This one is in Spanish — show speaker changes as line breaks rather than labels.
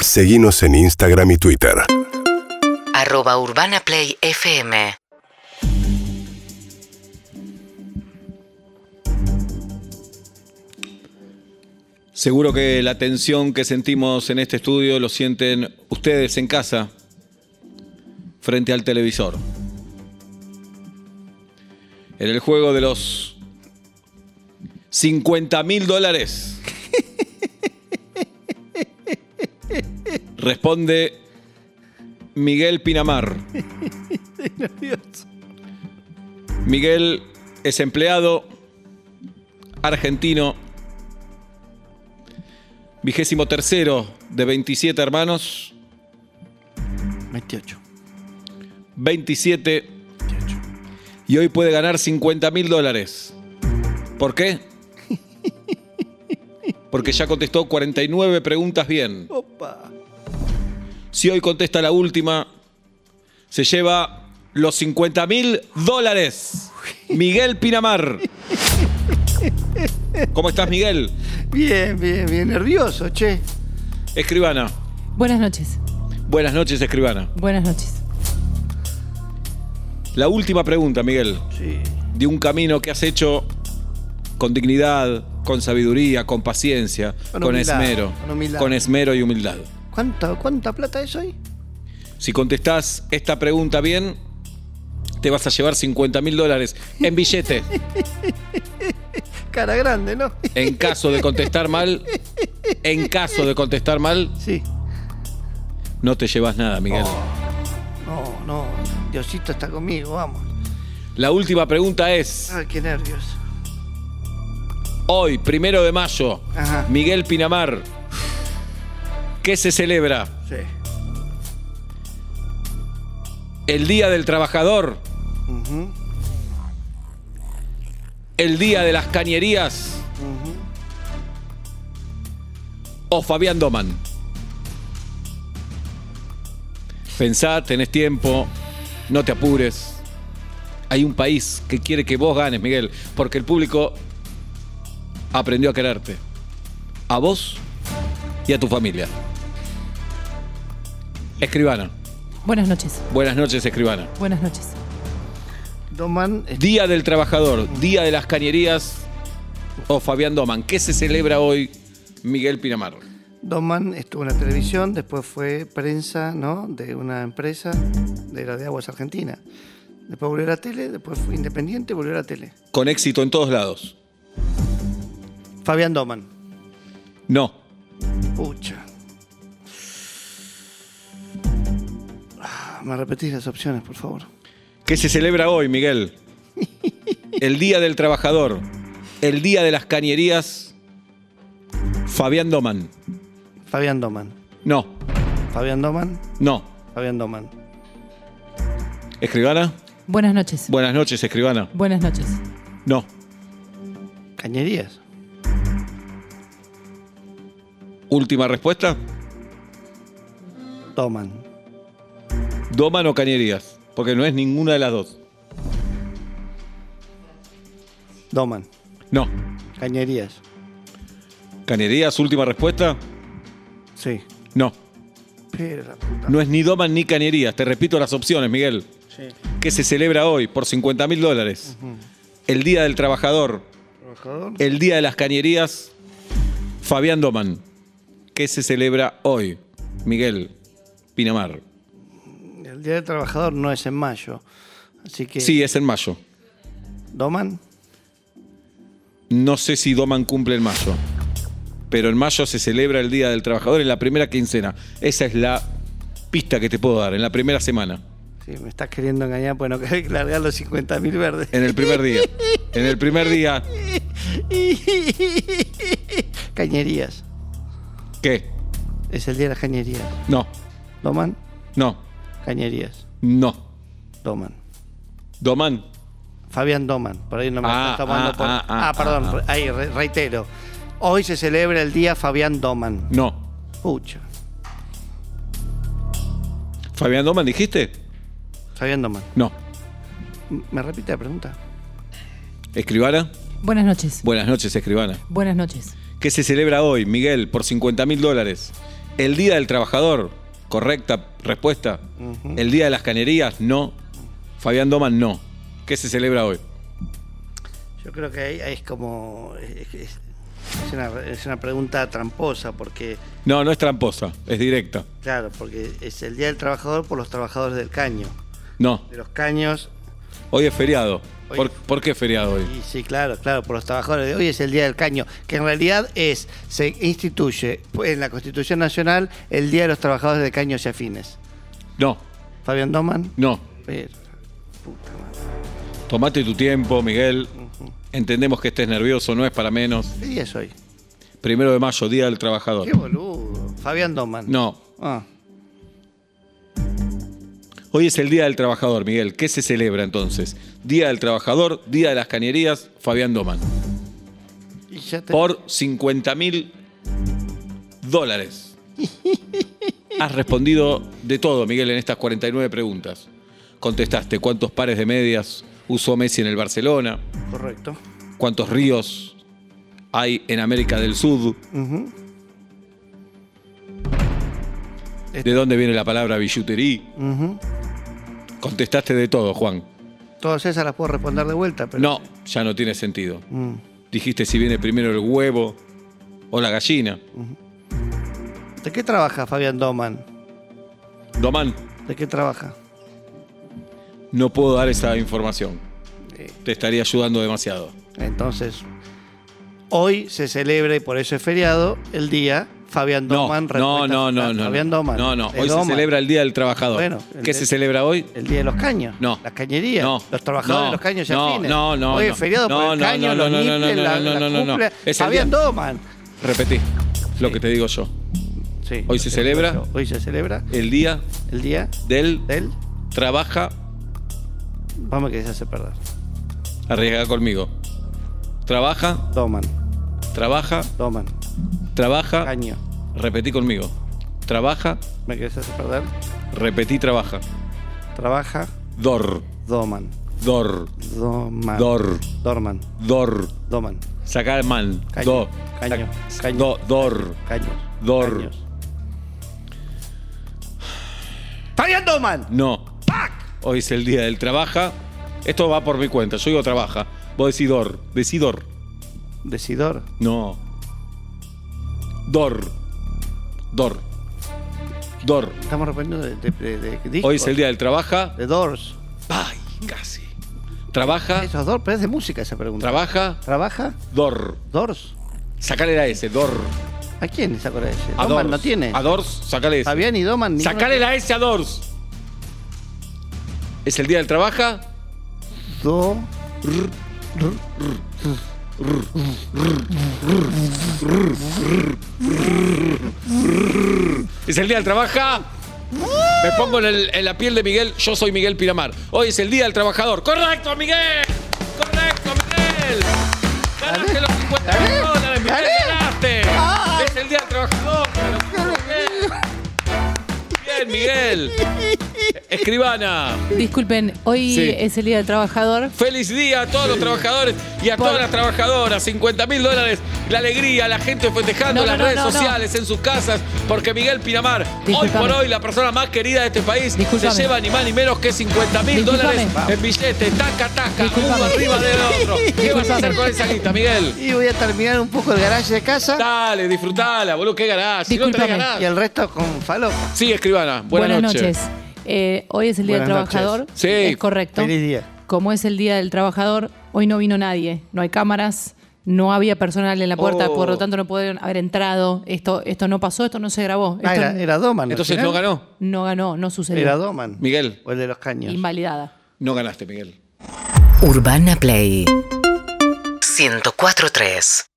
Seguimos en Instagram y Twitter.
arroba urbanaplayfm
Seguro que la tensión que sentimos en este estudio lo sienten ustedes en casa, frente al televisor. En el juego de los 50 mil dólares. Responde Miguel Pinamar. Miguel es empleado argentino vigésimo tercero de 27 hermanos,
28.
27, y hoy puede ganar 50 mil dólares. ¿Por qué? Porque ya contestó 49 preguntas bien. Si hoy contesta la última, se lleva los 50 mil dólares. Miguel Pinamar. ¿Cómo estás, Miguel?
Bien, bien, bien. Nervioso, che.
Escribana.
Buenas noches.
Buenas noches, escribana.
Buenas noches.
La última pregunta, Miguel.
Sí.
de un camino que has hecho con dignidad, con sabiduría, con paciencia,
Con
con,
humildad,
esmero,
con humildad.
con esmero y humildad.
¿Cuánta, cuánta plata es hoy?
Si contestás esta pregunta bien, te vas a llevar 50 mil dólares en billete.
Cara grande, ¿no?
En caso de contestar mal, en caso de contestar mal,
Sí.
no te llevas nada, Miguel.
No, no. Diosito está conmigo, vamos.
La última pregunta es,
Ay, qué nervios.
hoy, primero de mayo,
Ajá.
Miguel Pinamar, ¿qué se celebra?
Sí.
¿El Día del Trabajador?
Ujú,
¿El Día de las Cañerías?
ujú.
o Fabián Doman? Pensá, tenés tiempo, no te apures. Hay un país que quiere que vos ganes, Miguel, porque el público aprendió a quererte. A vos y a tu familia. Escribana.
Buenas noches.
Buenas noches, escribana.
Buenas noches.
Doman. eh,
Día del Trabajador, Día de las Cañerías o Fabián Doman. ¿Qué se celebra hoy, Miguel Pinamar?
Doman estuvo en la televisión, después fue prensa, ¿no? De una empresa de la de Aguas Argentina. Después volvió a la tele, después fue independiente, volvió a la tele.
Con éxito en todos lados.
Fabián Doman.
No,
Pucha. Ah, ¿Me repetís las opciones, por favor?
¿Qué se celebra hoy, Miguel? El Día del Trabajador, el Día de las Cañerías, Fabián Doman.
Fabián Doman.
No,
Fabián Doman.
no.
Fabián Doman.
¿Escribana?
Buenas noches.
Buenas noches, escribana.
Buenas noches.
No.
Cañerías.
Última respuesta,
Doman.
Doman o Cañerías, porque no es ninguna de las dos.
Doman.
No.
Cañerías.
Cañerías, última respuesta,
Sí.
no.
Pero la puta.
No es ni Doman ni Cañerías. Te repito las opciones, Miguel.
Sí.
¿Qué se celebra hoy por 50 mil dólares? El Día del Trabajador,
Trabajador.
El Día de las Cañerías, Fabián Doman. ¿Qué se celebra hoy? Miguel Pinamar.
El Día del Trabajador no es en mayo. Así que.
Sí, es en mayo.
Doman.
No sé si Doman cumple en mayo, pero en mayo se celebra el Día del Trabajador en la primera quincena. Esa es la pista que te puedo dar, en la primera semana,
Sí, me estás queriendo engañar, pues no querés largar los 50.000 verdes.
en el primer día. En el primer día,
Cañerías.
¿qué?
Es el día de las cañerías.
No,
Doman,
no,
cañerías.
no.
Doman.
Doman,
Fabián Doman, por ahí no me lo
Ah,
están tomando
ah,
por.
ah,
Ah,
ah,
perdón,
ah,
re- ahí re- reitero. Hoy se celebra el día Fabián Doman.
no.
Pucha.
¿Fabián Doman dijiste?
Fabián Doman.
No.
M- ¿Me repite la pregunta?
Escribana.
Buenas noches.
Buenas noches, escribana.
Buenas noches.
¿Qué se celebra hoy, Miguel, por 50 mil dólares? El Día del Trabajador, correcta respuesta.
Ujú.
El Día de las Canerías, no. Fabián Doman, no. ¿Qué se celebra hoy?
Yo creo que ahí ahí es como. Es, es- es una, es una pregunta tramposa, porque.
No, no es tramposa, es directa.
Claro, porque es el Día del Trabajador por los trabajadores del caño.
No,
De los caños.
hoy es feriado.
Hoy-
¿Por, por qué es feriado hoy?
Y sí, claro, claro, por los trabajadores de hoy es el Día del Caño, que en realidad es, se instituye en la Constitución Nacional el Día de los Trabajadores de Caños y Afines.
No,
Fabián Doman.
no.
Pero, puta madre.
Tomate tu tiempo, Miguel. Entendemos que estés nervioso, no es para menos.
¿Qué día es hoy?
Primero de mayo, Día del Trabajador.
Qué boludo. Fabián Doman.
No,
Ah,
hoy es el Día del Trabajador, Miguel. ¿Qué se celebra entonces? Día del Trabajador, Día de las Cañerías, Fabián Doman.
y ya te-
Por 50 mil dólares. Has respondido de todo, Miguel, en estas 49 preguntas. Contestaste cuántos pares de medias usó Messi en el Barcelona,
Correcto.
cuántos ríos hay en América del Sur,
Ujú.
de dónde viene la palabra billutería.
Ujú.
Contestaste de todo, Juan.
Todas esas las puedo responder de vuelta, pero.
No, ya no tiene sentido.
Mm.
Dijiste si viene primero el huevo o la gallina.
¿De qué trabaja Fabián Doman?
Domán,
¿De qué trabaja?
no puedo dar esa información.
Eh,
Te estaría ayudando demasiado.
Entonces, hoy se celebra, y por eso es feriado, el día Fabián
No,
Doman.
no,
respuesta-
no, no,
Ah,
no.
Fabián Doman.
No, no.
De
Hoy se
Doman.
celebra el Día del Trabajador.
Bueno, el
¿Qué
de-
se celebra hoy?
El día de los caños.
No.
Las cañerías.
No.
Los trabajadores
No,
de los caños y
no,
afines.
no, no,
Hoy
no.
es feriado
No,
por el
no,
caño,
no,
los
no, no,
nipples,
no, no,
la, la
no, no, no.
cumple.
Es el
Fabián
día.
Doman.
Repetí lo que te digo yo.
Sí,
Hoy se
lo
celebra.
digo yo. Hoy se celebra
El Día
el día
del
del...
Trabaja.
Vamos que se hace perder.
Arriesga conmigo. Trabaja,
Doman.
trabaja,
Doman.
trabaja.
Caño.
Repetí conmigo. Trabaja,
¿Me querés hacer perder?
repetí, trabaja.
Trabaja
Dor,
Doman.
dor,
Doman.
Dor.
Dorman.
dor.
Doman.
Ah. Sacar man.
Caño,
Do.
caño,
Sac-
caño.
do- dor.
Caños.
Dor.
Caños. ¡Fabián Doman!
No. Hoy es el día del trabaja. Esto va por mi cuenta. Yo digo trabaja. Vos decís dor. Decí dor.
Decidor.
No. Dor. Dor. Dor.
Estamos reponiendo de, de, de- de discos,
Hoy es el día del trabaja.
De Doors.
Ay, casi. Trabaja.
Esos Doors, pero es de música esa pregunta.
Trabaja.
¿Trabaja?
Dor.
¿Doors?
Sacale la S. Dor.
¿A quién le sacó la S?
A
Doman
Dors.
no tiene.
A Dors. Sacale S.
Fabián y Doman. ninguno
Sacale
tiene.
la S a Dors. Es el día del trabaja.
Do.
Es el día del trabaja. Me pongo en, el- en la piel de Miguel. Yo soy Miguel Piramar. Hoy es el día del trabajador. ¡Correcto, Miguel! ¡Correcto, Miguel! ¡Ganaste los 50 mil
¿Gané?
dólares, Miguel!
¿Gané?
¡Ganaste!
¡Ay!
¡Es el día del trabajador! ¡Miguel! ¡Bien, Miguel! Escribana.
Disculpen, hoy
Sí.
es el Día del Trabajador.
Feliz día a todos los trabajadores y a
Por-
todas las trabajadoras. 50 mil dólares. La alegría, la gente festejando
No, no,
las
no,
redes
no, no.
sociales en sus casas. Porque Miguel Pinamar, hoy
Disculpame.
por hoy, la persona más querida de este país,
Disculpame.
se lleva ni más ni menos que 50 mil dólares
Disculpame.
en billetes. Taca, taca,
Disculpame.
uno arriba del otro. ¿Qué vas a hacer
Disculpame.
con esa guita, Miguel?
Y voy a terminar un poco el garaje de casa.
Dale, disfrutala, boludo. ¿Qué ganás? Si no tenés
Disculpame.
ganás.
Y el resto con falopa.
Sí, escribana. Buenas, noches.
Eh, hoy es el Día del
Buenas noches.
Trabajador.
Sí.
Es correcto.
Feliz día.
Como es el Día del Trabajador, hoy no vino nadie. No hay cámaras, no había personal en la puerta,
Oh.
por lo tanto no pudieron haber entrado. Esto, esto no pasó, esto no se grabó.
Ah,
esto
era, era Doman. al
Entonces
final.
no ganó.
No ganó, no
Era
sucedió.
Doman.
Miguel,
O el de los caños.
Invalidada.
no ganaste, Miguel.
Urbana Play 104.3